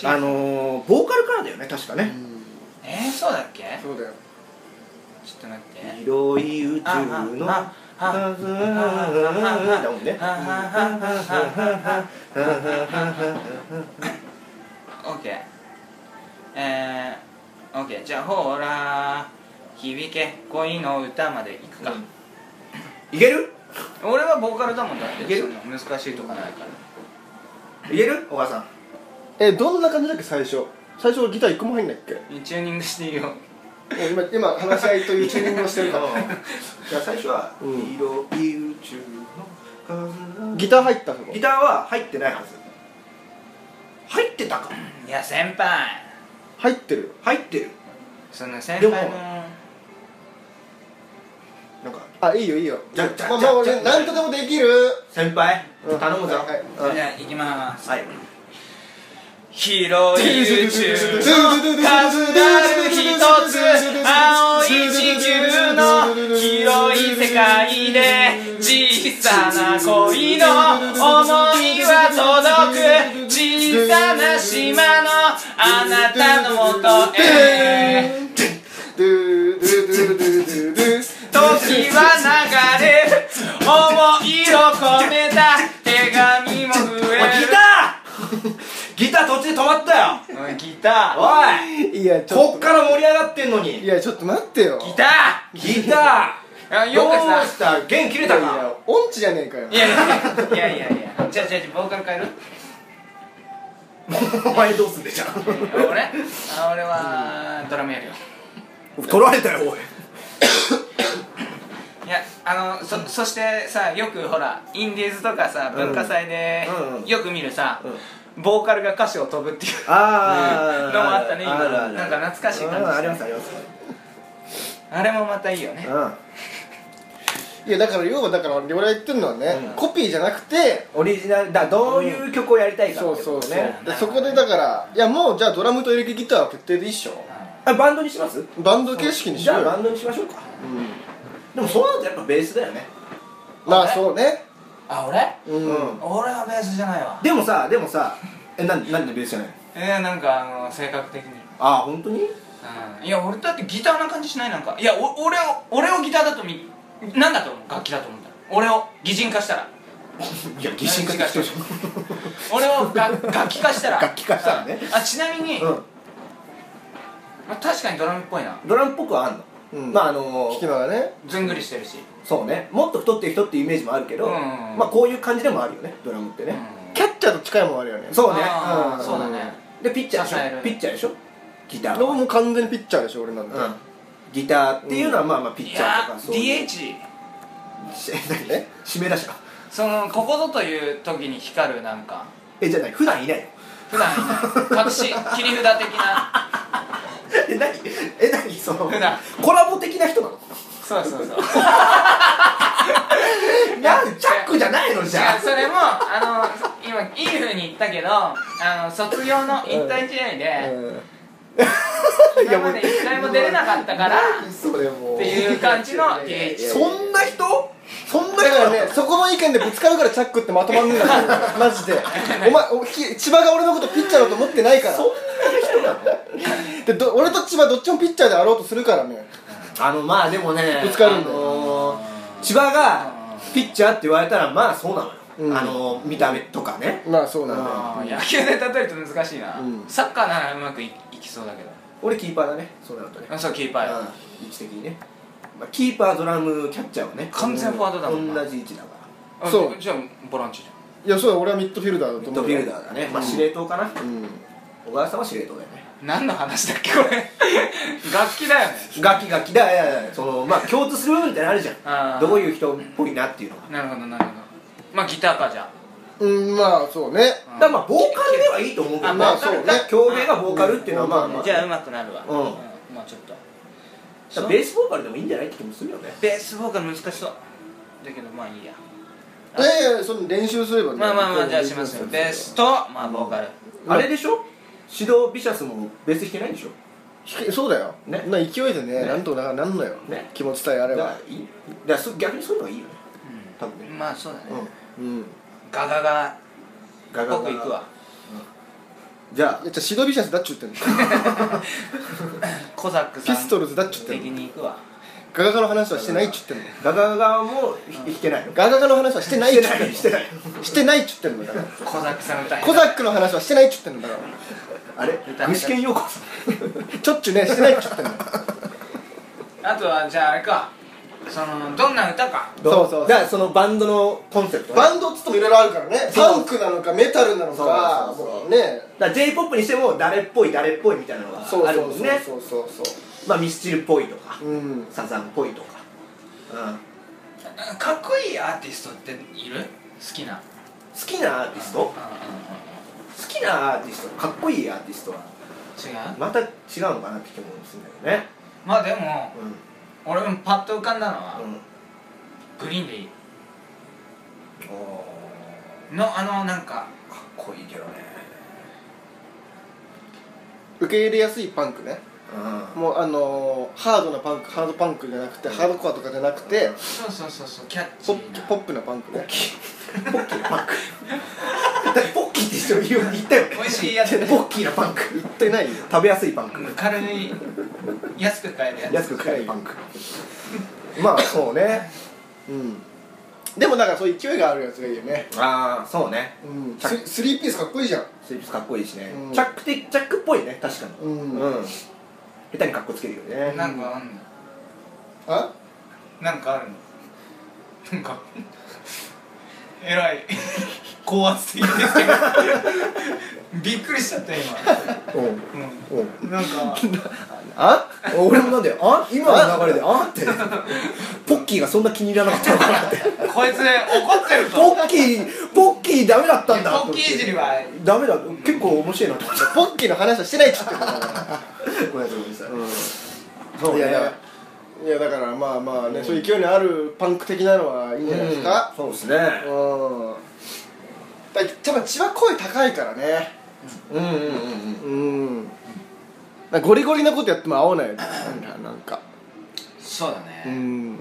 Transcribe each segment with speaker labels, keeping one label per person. Speaker 1: 違う
Speaker 2: あのーボーカルからだよね確かね、
Speaker 1: えー、そうだっけちょ
Speaker 3: そうだよ
Speaker 1: っと待って
Speaker 2: 広い宇宙
Speaker 1: あ
Speaker 2: の
Speaker 1: あああ
Speaker 2: だもんね
Speaker 1: ああオッケーえー、オッケーじゃあほら響け恋の歌までいくか、
Speaker 2: いける
Speaker 1: 俺はボーカルだもんだって
Speaker 2: いける
Speaker 1: そんな難しいとかないから
Speaker 2: いけるお母さん
Speaker 3: えどんな感じだっけ最初最初ギター一個も入んないっけも
Speaker 1: チューニングしていいよ
Speaker 3: う今今話し合いというチューニングをしてるから
Speaker 2: じゃあ最初は「
Speaker 3: うん
Speaker 2: 広い宇宙の風
Speaker 3: ギター入ったそこ
Speaker 2: ギターは入ってないはず入ってたか
Speaker 1: いや先輩
Speaker 3: 入ってるよ
Speaker 2: 入ってる
Speaker 1: その先
Speaker 2: でも
Speaker 1: 輩の
Speaker 2: なんか
Speaker 3: あいいよいいよ
Speaker 2: じゃじゃ
Speaker 3: まあ
Speaker 2: じ
Speaker 3: ま
Speaker 2: ゃ
Speaker 3: あ俺
Speaker 2: じゃ
Speaker 3: 何とでもできる
Speaker 2: 先輩
Speaker 3: うん
Speaker 2: 頼むぞ
Speaker 3: はいはい
Speaker 1: それじゃあ行きます
Speaker 2: はい
Speaker 1: 広い宇宙の数なる一つ青い地球の広い世界で小さな恋の想いは届く小さな島のあなたのもとへ
Speaker 3: ドゥドゥドゥドゥドゥドゥ
Speaker 1: 時は流れる思いを込めた手紙も増
Speaker 2: おい
Speaker 1: える
Speaker 2: ギターギター途中で止まったよ
Speaker 1: おいギター
Speaker 2: おい
Speaker 3: いやちょ
Speaker 2: こ
Speaker 3: っ
Speaker 2: っから盛り上がってんのに
Speaker 3: といやちょっと待ってよ
Speaker 1: ギタ
Speaker 2: ギタ
Speaker 1: ー
Speaker 2: ー
Speaker 1: よく
Speaker 2: どう
Speaker 1: さ
Speaker 2: した弦切れ
Speaker 3: いや
Speaker 2: た
Speaker 3: い
Speaker 2: か
Speaker 3: や音痴じゃねえかよ
Speaker 1: いやいやいやいやいやじゃあじゃあじゃあボーカル変える
Speaker 2: お前どうすんでじゃ
Speaker 1: 俺あ俺はドラムやるよ
Speaker 2: あ取られたよおい
Speaker 1: いやあのそそしてさよくほらインディーズとかさ文化祭で
Speaker 2: うんうん
Speaker 1: よく見るさ
Speaker 2: う
Speaker 1: ボーカルが歌詞を飛ぶっていう
Speaker 2: あ
Speaker 1: のもあったね
Speaker 2: あ
Speaker 1: 今
Speaker 2: るある
Speaker 1: なんか懐かしい感じ
Speaker 2: うんありますあります
Speaker 1: あれもまたいいよね
Speaker 3: いやだから要はだから俺が言ってるのはね
Speaker 2: うん
Speaker 3: コピーじゃなくて
Speaker 2: うんオリジナルだどういう曲をやりたいか
Speaker 3: そうそうそう
Speaker 2: ね
Speaker 3: でそこでだからいやもうじゃあドラムとエレキギターは決定でいいっしょ
Speaker 2: あバンドにします
Speaker 3: バンド形式にし
Speaker 2: じ
Speaker 3: よ
Speaker 2: ゃ
Speaker 3: う
Speaker 2: あバ
Speaker 3: よ
Speaker 2: ンドにしましょうか
Speaker 3: うん
Speaker 2: でもそうなるとやっぱベースだよね
Speaker 3: まあそうね
Speaker 1: あ俺
Speaker 3: うん
Speaker 1: 俺はベースじゃないわ
Speaker 2: でもさでもさえなんなんでベースじゃないの
Speaker 1: えー、なんかあの性格的に
Speaker 2: ああ本当に
Speaker 1: うんいや俺だってギターな感じしないなんかいやお俺を俺をギターだとみなんだと思う楽器だと思うんだ俺を擬人化したら
Speaker 2: いや疑心化してるじ
Speaker 1: 俺をが楽器化したら
Speaker 2: 楽器化したらね
Speaker 1: あちなみに、
Speaker 2: ゃんうん
Speaker 1: まあ、確かにドラムっぽいな
Speaker 2: ドラムっぽくはあんの、
Speaker 3: うん
Speaker 2: まああの
Speaker 3: 聞き
Speaker 2: ー、
Speaker 3: ながらね
Speaker 1: ずんぐりしてるし
Speaker 2: そうねもっと太ってる人っていうイメージもあるけど、
Speaker 1: うんうんうん
Speaker 2: まあこういう感じでもあるよねドラムってね、
Speaker 3: キャッチャーと近いもんあるよね
Speaker 2: そうね
Speaker 1: あー
Speaker 2: ん
Speaker 1: そうだね
Speaker 2: でピッチャーでし
Speaker 1: 支える
Speaker 2: ょピッチャーでしょギター
Speaker 3: 俺
Speaker 2: は
Speaker 3: もう完全にピッチャーでしょ俺なんて
Speaker 2: うんギターっていうのはまあまあピッ
Speaker 1: い
Speaker 2: チャー
Speaker 1: や
Speaker 2: とかそういう
Speaker 1: DH
Speaker 2: え締め出した
Speaker 1: そのここぞという時に光るなんか
Speaker 2: えじゃない普段いないの
Speaker 1: 普段いない隠し切り札的な
Speaker 2: え何え何その
Speaker 1: 普段
Speaker 2: コラボ的な人なの
Speaker 1: そうそうそう
Speaker 2: なんチャックじゃないのじゃ
Speaker 1: 違
Speaker 2: あ
Speaker 1: うそれもあの今いいふうに言ったけどあの卒業の引退試合で
Speaker 3: うんいや
Speaker 1: 今
Speaker 3: も
Speaker 1: ま
Speaker 3: う
Speaker 1: で一回も出れなかったから
Speaker 3: 何それもう
Speaker 1: っていう感じの
Speaker 3: いやいやいやいや
Speaker 2: そんな人そんな
Speaker 3: だ
Speaker 2: 人
Speaker 3: から
Speaker 2: なの
Speaker 3: ねそこの意見でぶつかるからチャックってまとまんねえんだよマジでお前おひ千葉が俺のことピッチャーだと思ってないから
Speaker 2: そんな人なの
Speaker 3: でど俺と千葉どっちもピッチャーであろうとするからね
Speaker 2: あのまあでもね
Speaker 3: ぶつかるんだよ
Speaker 2: あのー千葉がピッチャーって言われたらまあそうなのよ、
Speaker 3: うん
Speaker 2: あのー見た目とかね
Speaker 3: まあそうなんだよ
Speaker 1: あー野球で例えると難しいな、
Speaker 3: うん
Speaker 1: サッカーならうまくいいきそうだけど
Speaker 2: 俺キーパーだねそうなるとね、
Speaker 1: あそうキーパーよ
Speaker 2: うん位置的にね、まあ、キーパードラムキャッチャーはね
Speaker 1: 完全フォワードだもんな
Speaker 2: 同じ位置だから
Speaker 1: あ
Speaker 3: そう
Speaker 1: じゃあボランチじ
Speaker 3: いやそうだ俺はミッドフィルダーだ
Speaker 2: ミ
Speaker 3: と
Speaker 2: ッ
Speaker 3: 思
Speaker 2: ドフ
Speaker 3: う
Speaker 2: ィルダーだね、まあ司令塔かな、
Speaker 3: ーうん
Speaker 2: 小川さんは司令塔だよね
Speaker 1: ゃん何の話だっけこれ楽器だよね
Speaker 2: ガキガキだいやいやいやそのまあ共通する部分ってのあるじゃ
Speaker 1: あー
Speaker 2: んどういう人っぽいなっていうのが
Speaker 1: なるほどなるほどまあギターかじゃ
Speaker 3: うんまあそうね
Speaker 1: あ
Speaker 2: だからまあボーカルではいいと思うけど
Speaker 1: あ
Speaker 2: ね
Speaker 3: まあそうね
Speaker 2: 競芸がボーカルっていうのはまあまあ
Speaker 1: じゃあうまくなるわ
Speaker 2: うん
Speaker 1: まあちょっと
Speaker 2: だからベースボーカルでもいいんじゃないって気もするよね
Speaker 1: ベースボーカル難しそうだけどまあいいや
Speaker 3: いやいやいやその練習すればね
Speaker 1: まあまあまあじゃあしますよベースとまあボーカル
Speaker 2: あれでしょ指導ビシャスもベース弾けないんでしょ
Speaker 3: 弾けそうだよ
Speaker 2: ね
Speaker 3: な勢いでね
Speaker 2: ね
Speaker 3: なんとかなんのよ
Speaker 2: ね
Speaker 3: 気持ちさえあれ
Speaker 2: だか
Speaker 3: ば
Speaker 2: らいいだからそ逆にそういうのがいいよね多分ね
Speaker 1: まあそうだね
Speaker 2: うん
Speaker 3: うん
Speaker 1: ガガ
Speaker 2: ガ
Speaker 1: ガっぽくいくわ
Speaker 2: じゃ
Speaker 3: いやじゃあシドビシャスだっちゅうってんの
Speaker 1: コザックさん
Speaker 3: ピストルズだっちゅって
Speaker 1: 的
Speaker 3: んの
Speaker 1: に行くわ
Speaker 3: ガガガの話はしてないっちゅってんの
Speaker 2: あガガガも弾けないの
Speaker 3: ガガガの話はしてないっちゅってんの
Speaker 2: してない
Speaker 3: してないっちゅってんのだから
Speaker 1: コザックさん歌い
Speaker 3: コザックの話はしてないっちゅってんのだ から
Speaker 2: あれ
Speaker 1: 歌
Speaker 2: 具志堅用子さん
Speaker 3: ちょっちゅねしてないっちゅってんの
Speaker 1: あとはじゃああれかそのどんな歌か
Speaker 3: そうそうそう
Speaker 2: だからそのバンドのコンセプトね
Speaker 3: バンドっつってもいろいろあるからね
Speaker 2: そう
Speaker 3: パンクなのかメタルなのか
Speaker 2: そうそうそう
Speaker 3: もうね
Speaker 2: だから J−POP にしても誰っぽい誰っぽいみたいなのが
Speaker 3: そう
Speaker 2: あ
Speaker 3: そ
Speaker 2: る
Speaker 3: うん
Speaker 2: です
Speaker 3: そう
Speaker 2: ね
Speaker 3: そうそう
Speaker 2: まあミスチルっぽいとか
Speaker 3: そううん
Speaker 2: サザンっぽいとかうん
Speaker 1: かっこいいアーティストっている好きな
Speaker 2: 好きなアーティスト好きなアーティストかっこいいアーティストは
Speaker 1: 違う
Speaker 2: また違うのかなって気もするんだよね
Speaker 1: まあでも
Speaker 2: うん
Speaker 1: 俺もパッと浮かんだのは、
Speaker 2: うん
Speaker 1: グリーンでいい
Speaker 2: お
Speaker 1: のあのなんか
Speaker 2: ーかっこいいけどね
Speaker 3: 受け入れやすいパンクね
Speaker 2: うん
Speaker 3: もうあのー、ハードなパンクハードパンクじゃなくてハードコアとかじゃなくて
Speaker 1: そうそうそうそうキャッチ
Speaker 3: ポ
Speaker 1: ー
Speaker 3: ッ
Speaker 1: な
Speaker 3: ポップなパンクね
Speaker 2: ポッキーのパンクだってポッキーって人言う言ったよね
Speaker 1: 美味しいやつね
Speaker 2: ポッキーのパンク
Speaker 3: 言ってないよ
Speaker 2: 食べやすいパンク
Speaker 1: 軽い安く買えるやつ
Speaker 2: 安く買えるパンクまあそうね
Speaker 3: うんでもだからそういう勢いがあるやつがいいよね
Speaker 2: ああそうね
Speaker 3: うん
Speaker 2: チャッ
Speaker 3: ススリーピースかっこいいじゃん
Speaker 2: スイープスかっこいいしね、
Speaker 3: うん
Speaker 2: チャック的チャックっぽいね確かに
Speaker 3: うん
Speaker 2: ん下手にかっこつけるよね
Speaker 1: なんかあんの
Speaker 3: あ
Speaker 1: なんかあるのなんかえらい高圧的ですけどびっくりしちゃった今、
Speaker 2: うんうん
Speaker 1: うん、なんか
Speaker 2: あ俺もなんだよあ今の流れであってポッキーがそんな気に入らなかったのかなって
Speaker 1: こいつ怒ってると
Speaker 2: ポッキーポッキーダメだったんだ
Speaker 1: ポッキーいじりは
Speaker 2: ダメだ結構面白いなと思って
Speaker 3: ポッキーの話はしてないっつってんだから
Speaker 2: ごめんなさいごめんなさい
Speaker 3: いやだ
Speaker 2: や
Speaker 3: からいやだからまあまあね、そういう勢いのあるパンク的なのはいいんじゃないですか
Speaker 2: そうですね
Speaker 3: うん、だ多分千葉声高いからね
Speaker 2: うんうんうん
Speaker 3: うんなんかゴリゴリなことやっても合わないよねなんかなんか
Speaker 1: そうだ
Speaker 3: う
Speaker 1: ね、
Speaker 3: ん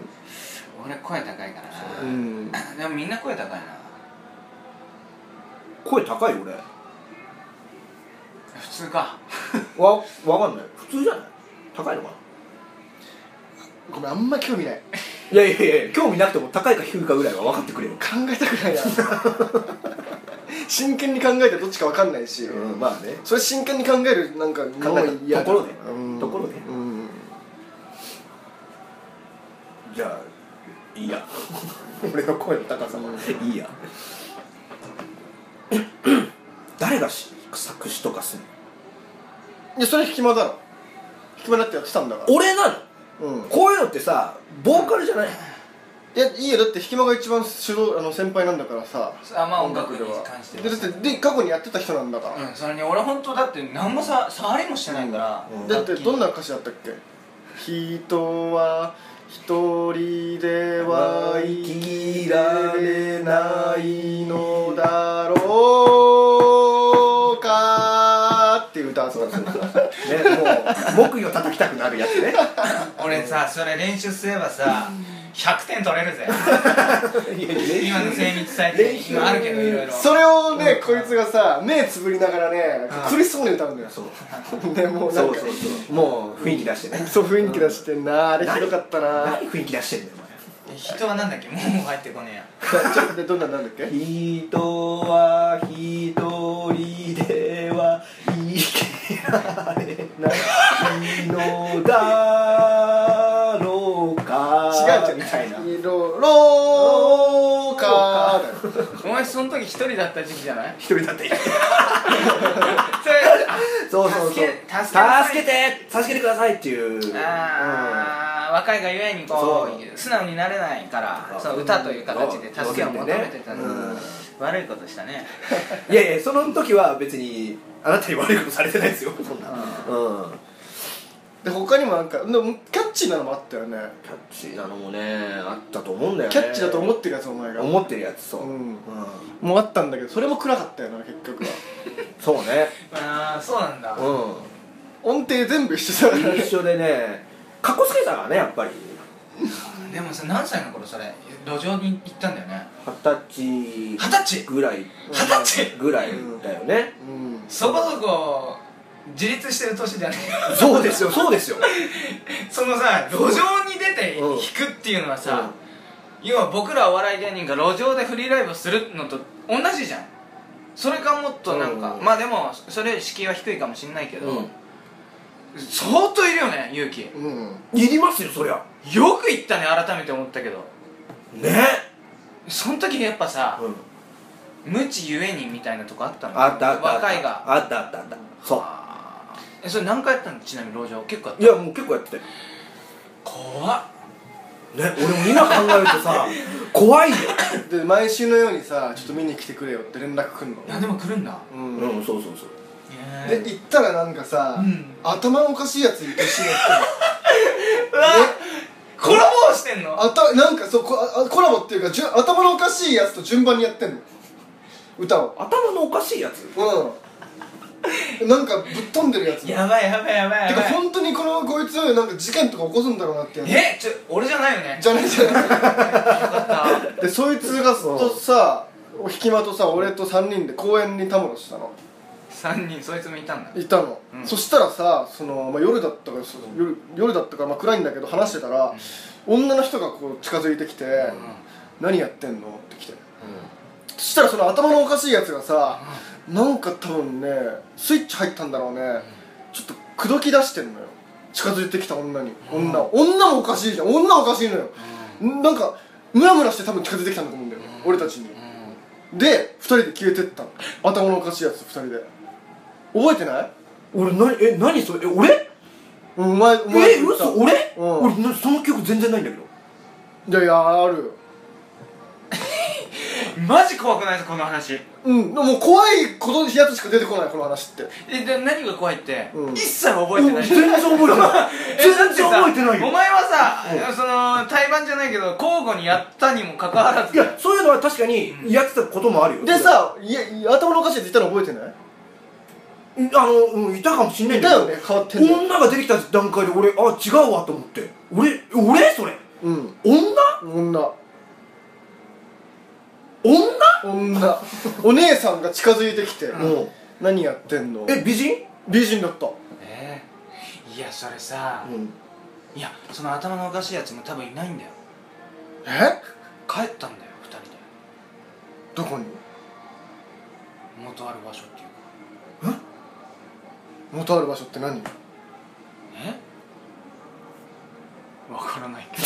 Speaker 1: 俺声高いからな、
Speaker 3: う ん
Speaker 1: でもみんな声高いな
Speaker 2: 声高い俺
Speaker 1: 普通か
Speaker 2: わわかんない普通じゃない高いのかな
Speaker 3: ごめんあんま興味ない
Speaker 2: いやいやいや興味なくても高いか低いかぐらいは分かってくれる
Speaker 3: 考えたくないな真剣に考えたらどっちかわかんないし、
Speaker 2: うんまあね
Speaker 3: それ真剣に考えるなんか
Speaker 2: 考えた
Speaker 3: もう嫌だ
Speaker 2: ところで
Speaker 3: うん
Speaker 2: ところで
Speaker 3: うん
Speaker 2: じゃあいいや 俺の声の高さはいいや誰がし作詞とかする
Speaker 3: いやそれ引き間だろ引き間だってやってたんだから
Speaker 2: の俺なの
Speaker 3: うん
Speaker 2: こういうのってさボーカルじゃない
Speaker 3: いやいいよだって引き間が一番主導あの先輩なんだからさ
Speaker 1: あまあ音楽に関しては
Speaker 3: でだってで過去にやってた人なんだから、
Speaker 1: うんそれに俺本当だって何もさ触りもしてないから、
Speaker 2: うん
Speaker 3: だってどんな歌詞だったっけ人は一人では生きられないのだろうかっていう歌だったんですよ
Speaker 2: ねもう木魚叩きたくなるやつね
Speaker 1: 俺さそれ練習すればさ100点取れるぜ今の精密さえ
Speaker 2: 練習
Speaker 1: 今あるけどいろいろ
Speaker 3: それをねこいつがさ目つぶりながらね苦しそうに歌うんだよ
Speaker 2: そう
Speaker 3: でもうな
Speaker 2: そ
Speaker 3: ん
Speaker 2: う
Speaker 3: か
Speaker 2: そうそうもう雰囲気出して ね
Speaker 3: そう雰囲気出してんなあれひどかったな
Speaker 2: 何雰囲気出してんだよ
Speaker 1: 人はなんだっけもう入ってこね
Speaker 3: ちょちょっとでどんなんなんだっけ
Speaker 2: お前人は一人では生きられないのだろうか
Speaker 3: 違う違う
Speaker 2: みたいな
Speaker 3: ロローカー
Speaker 1: え
Speaker 3: だよ
Speaker 1: やお前その時一人だった時期じゃない
Speaker 2: 一人だって
Speaker 1: それ
Speaker 2: そうそうそう
Speaker 1: 助け助けなさい
Speaker 2: 助けて助けてくださいっていう
Speaker 1: ああ若いがゆえにこ
Speaker 2: そう
Speaker 1: 素直になれないからその歌という形で助けを求めてたの
Speaker 2: うん
Speaker 1: 悪いことしたね
Speaker 2: いやいやその時は別にあなたに悪いことされてないですよそんなうん
Speaker 3: で他にもなんかでもキャッチーなのもあったよね
Speaker 2: キャッチーなのもねあったと思うんだよね
Speaker 3: キャッチーだと思ってるやつお前が
Speaker 2: 思ってるやつそう、
Speaker 3: うん
Speaker 2: うん
Speaker 3: もうあったんだけどそれも暗かったよな結局は
Speaker 2: そうね
Speaker 1: ああそうなんだ
Speaker 2: う
Speaker 3: 音程全部一緒だから
Speaker 2: ん
Speaker 3: ね
Speaker 2: 一緒でねかっこつけたからねやっぱり
Speaker 1: でもさ何歳の頃それ路上に行ったんだよね
Speaker 2: 二十
Speaker 1: 二十歳
Speaker 2: 歳ぐらい
Speaker 1: 二十歳
Speaker 2: ぐらいだよね、
Speaker 3: うん
Speaker 1: そこそこ自立してる年じゃねえよ
Speaker 2: そうですよそうですよ
Speaker 1: そのさ路上に出て弾くっていうのはさ、要は僕らお笑い芸人が路上でフリーライブをするのと同じじゃんそれかもっとなんか、
Speaker 2: うん
Speaker 1: まあでもそれより敷居は低いかもしんないけど、
Speaker 2: うん
Speaker 1: 相当いるよね勇気
Speaker 3: うん
Speaker 2: いりますよそりゃ
Speaker 1: よく言ったね改めて思ったけど
Speaker 2: ね
Speaker 1: その時やっぱさ、
Speaker 2: うん
Speaker 1: 無知ゆえにみたいなとこあったの
Speaker 2: あったあったあった
Speaker 1: 若いが
Speaker 2: あったあったあったそう
Speaker 1: えそれ何回やったのちなみに路上結構やっ
Speaker 2: い
Speaker 1: た
Speaker 2: やもう結構やってたよ
Speaker 1: 怖っ
Speaker 2: ね俺も今考えるとさ 怖いよ
Speaker 3: で毎週のようにさちょっと見に来てくれよって連絡くんの
Speaker 1: いやでも来るんだ
Speaker 3: うん
Speaker 2: うんそうそうそう
Speaker 3: で
Speaker 1: で
Speaker 3: 行ったらなんかさ、
Speaker 1: うん
Speaker 3: 頭おかしいやついて死ぬって
Speaker 1: うわコラボしてんの
Speaker 3: あたなんかそうこあコラボっていうかじゅ頭のおかしいやつと順番にやってんの歌を
Speaker 2: 頭のおかしいやつ
Speaker 3: うんなんかぶっ飛んでるやつ
Speaker 1: やばいやばいやばい
Speaker 3: て
Speaker 1: やば
Speaker 3: か
Speaker 1: い
Speaker 3: 本当にこのこいつなんか事件とか起こすんだろうなってやつ
Speaker 1: えちょ俺じゃないよね
Speaker 3: じゃないじゃない
Speaker 1: よかった
Speaker 3: でそいつがとさお引きまとさ俺と3人で公園にたむろしたの
Speaker 1: 3人そいつもいたんだ
Speaker 3: いたの、
Speaker 1: うん
Speaker 3: そしたらさその、まあ、夜だったからそう夜夜だったから、まあ、暗いんだけど話してたら、女の人がこう近づいてきて、何やってんのって来てそしたらその頭のおかしいやつがさ、なんか多分ねスイッチ入ったんだろうね、ちょっと口説き出してんのよ近づいてきた女に女を、女もおかしいじゃん女おかしいのよ、なんかムラムラして多分近づいてきたんだと思うんだよ、俺たちに、で2人で消えてったの頭のおかしいやつ2人で覚えてない
Speaker 2: 俺何え何それえ俺
Speaker 3: うんお前お前
Speaker 2: え嘘俺、
Speaker 3: うん
Speaker 2: 俺なその記憶全然ないんだけど
Speaker 3: いやいやあるよ
Speaker 1: マジ怖くないぞこの話
Speaker 3: うんでももう怖いことやつしか出てこないこの話って
Speaker 1: えで何が怖いって、
Speaker 3: うん
Speaker 1: 一切覚えてない
Speaker 2: 全然 覚えてない全然覚えてない
Speaker 1: お
Speaker 2: よ
Speaker 1: 前はさその対バンじゃないけど交互にやったにもかかわら
Speaker 2: い
Speaker 1: ず
Speaker 2: やそういうのは確かにやってたこともあるよ
Speaker 3: でさいやいや頭のおかしいやついたの覚えてない
Speaker 2: うんあの、うん、いたかもしんない
Speaker 3: い
Speaker 2: ん
Speaker 3: た
Speaker 2: だけど
Speaker 3: よね変わってんの
Speaker 2: 女が出てきた段階で俺あ違うわと思って俺俺それ
Speaker 3: うん
Speaker 2: 女
Speaker 3: 女
Speaker 2: 女
Speaker 3: 女お姉さんが近づいてきて
Speaker 2: うん
Speaker 3: 何やってんの
Speaker 2: え美人
Speaker 3: 美人だった
Speaker 1: えーいやそれさ、
Speaker 2: ん
Speaker 1: いやその頭のおかしいやつも多分いないんだよ
Speaker 3: え
Speaker 1: 帰ったんだよ二人で
Speaker 3: どこに
Speaker 1: 元ある場所っていうか
Speaker 3: 元ある場所って何
Speaker 1: えわからないけ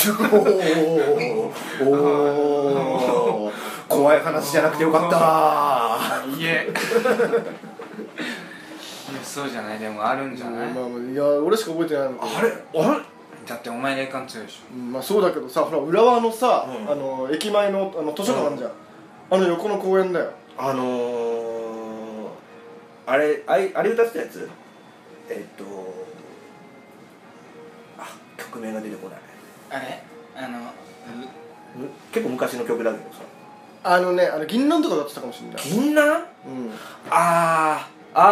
Speaker 2: おお怖い話じゃなくてよかった
Speaker 1: どいえ いやそうじゃないでもあるんじゃない、
Speaker 3: うんまあまあいや俺しか覚えてないのか
Speaker 2: あれあ
Speaker 1: だってお前霊感強いでしょ
Speaker 3: うんまあそうだけどさほら浦和のさ、
Speaker 2: うん
Speaker 3: あの駅前のあの図書館あんじゃん、あの横の公園だよ
Speaker 2: あのー、あれあいあれ歌ってたやつえっとあ曲名が出てこない
Speaker 1: あれあの
Speaker 2: む結構昔の曲だけどさ
Speaker 3: あのねあの銀杏とかだってたかもしれない
Speaker 2: 銀杏
Speaker 3: うん
Speaker 2: あーあー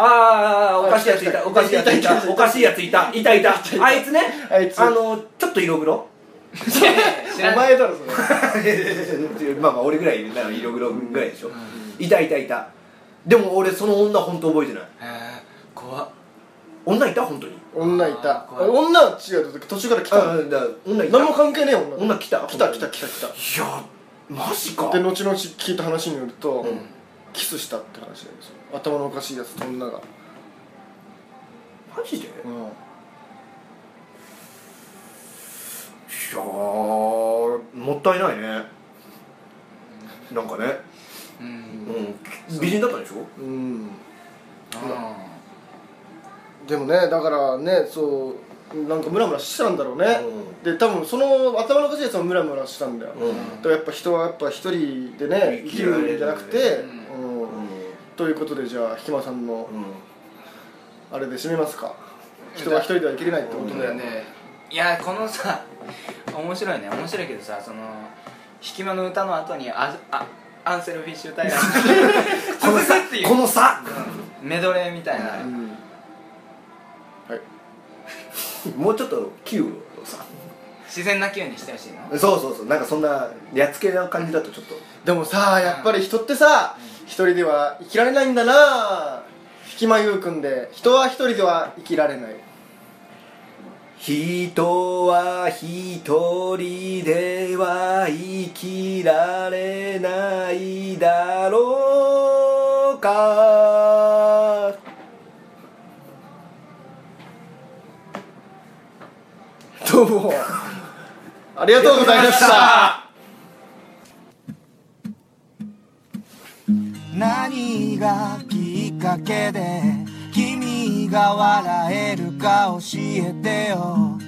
Speaker 2: あーおかしいやついたおかしいやつい
Speaker 3: いたい
Speaker 2: た
Speaker 3: た
Speaker 2: おかしいやついたいたいたあいつね
Speaker 3: あいつ
Speaker 2: あのちょっと色黒
Speaker 1: 知ら
Speaker 3: お
Speaker 1: ない
Speaker 3: 前だろそ れ
Speaker 2: まあまあ俺ぐらいなら色黒ぐらいでしょいたいたいたでも俺その女本当覚えてない
Speaker 1: えー、怖っ
Speaker 2: 女いた本当に
Speaker 3: 女いた
Speaker 1: あー怖い
Speaker 3: 女は違う途中から来たの
Speaker 2: だから女いた
Speaker 3: 何も関係ねえ女
Speaker 2: 女来た
Speaker 3: 来た来た来た来た
Speaker 2: いやマジか
Speaker 3: で後々聞いた話によると、
Speaker 2: うん
Speaker 3: キスしたって話なんですよ頭のおかしいやつと女が
Speaker 2: マジでいや
Speaker 3: うん
Speaker 2: ーもったいないねなんかね、
Speaker 1: うん
Speaker 2: うん、美人だったでしょ
Speaker 3: うん
Speaker 1: あ
Speaker 3: でもねだからねそうなんかムラムラしてたんだろうね、
Speaker 2: う
Speaker 3: で多分その頭のおかしいやつはムラムラしたんだよ、
Speaker 2: うん、
Speaker 3: だからやっぱ人はやっぱ一人でね
Speaker 2: 生
Speaker 3: 生
Speaker 2: き
Speaker 3: き
Speaker 2: られる
Speaker 3: るんじゃなくて、
Speaker 1: う
Speaker 3: うん
Speaker 2: うん
Speaker 3: ということでじゃあひきまさんのあれで締めますか、
Speaker 1: うん
Speaker 3: 人は一人では生きれないって
Speaker 1: ー
Speaker 3: こと
Speaker 1: 本当
Speaker 3: だ
Speaker 1: だよ
Speaker 3: よ
Speaker 1: ね
Speaker 3: ね、
Speaker 1: いやこのさ面白いね面白いけどさその「ひきまの歌」の後にああアンセル・フィッシュ対 談
Speaker 2: この
Speaker 1: 続
Speaker 2: さ
Speaker 1: くってい
Speaker 2: こ
Speaker 1: う
Speaker 2: のさ
Speaker 1: メドレーみたいな
Speaker 3: うんはい
Speaker 2: もうちょっとキューをさ
Speaker 1: 自然な球にしてほしいの
Speaker 2: そうそうそうなんかそんなやっつけな感じだとちょっと
Speaker 3: でもさやっぱり人ってさ、一人では生きられないんだな引間優君で人は一人では生きられない
Speaker 2: 人は一人では生きられないだろう か
Speaker 3: どうもありがとうございました
Speaker 4: 何がきっかけで君が笑えるか教えてよ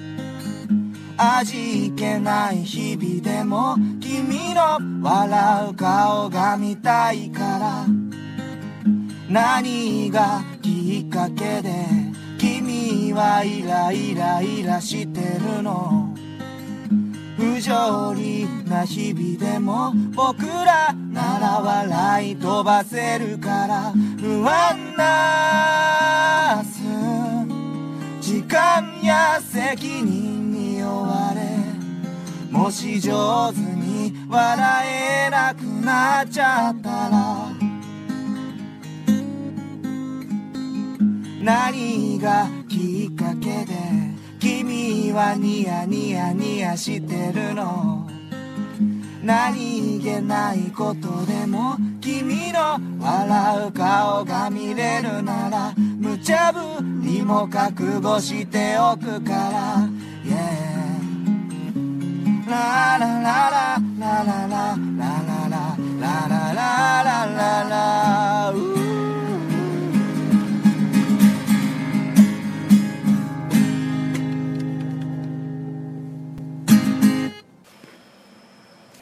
Speaker 4: 味気ない日々でも君の笑う顔が見たいから何がきっかけで君はイライライラしてるの不条理な日々でも僕らなら笑い飛ばせるから不安な明日時間や責任に追われもし上手に笑えなくなっちゃったら何がきっかけで君はニヤニヤニヤしてるの何気ないことでも君の笑う顔が見れるなら無茶ぶりも覚悟しておくから Yeah ラララララララララ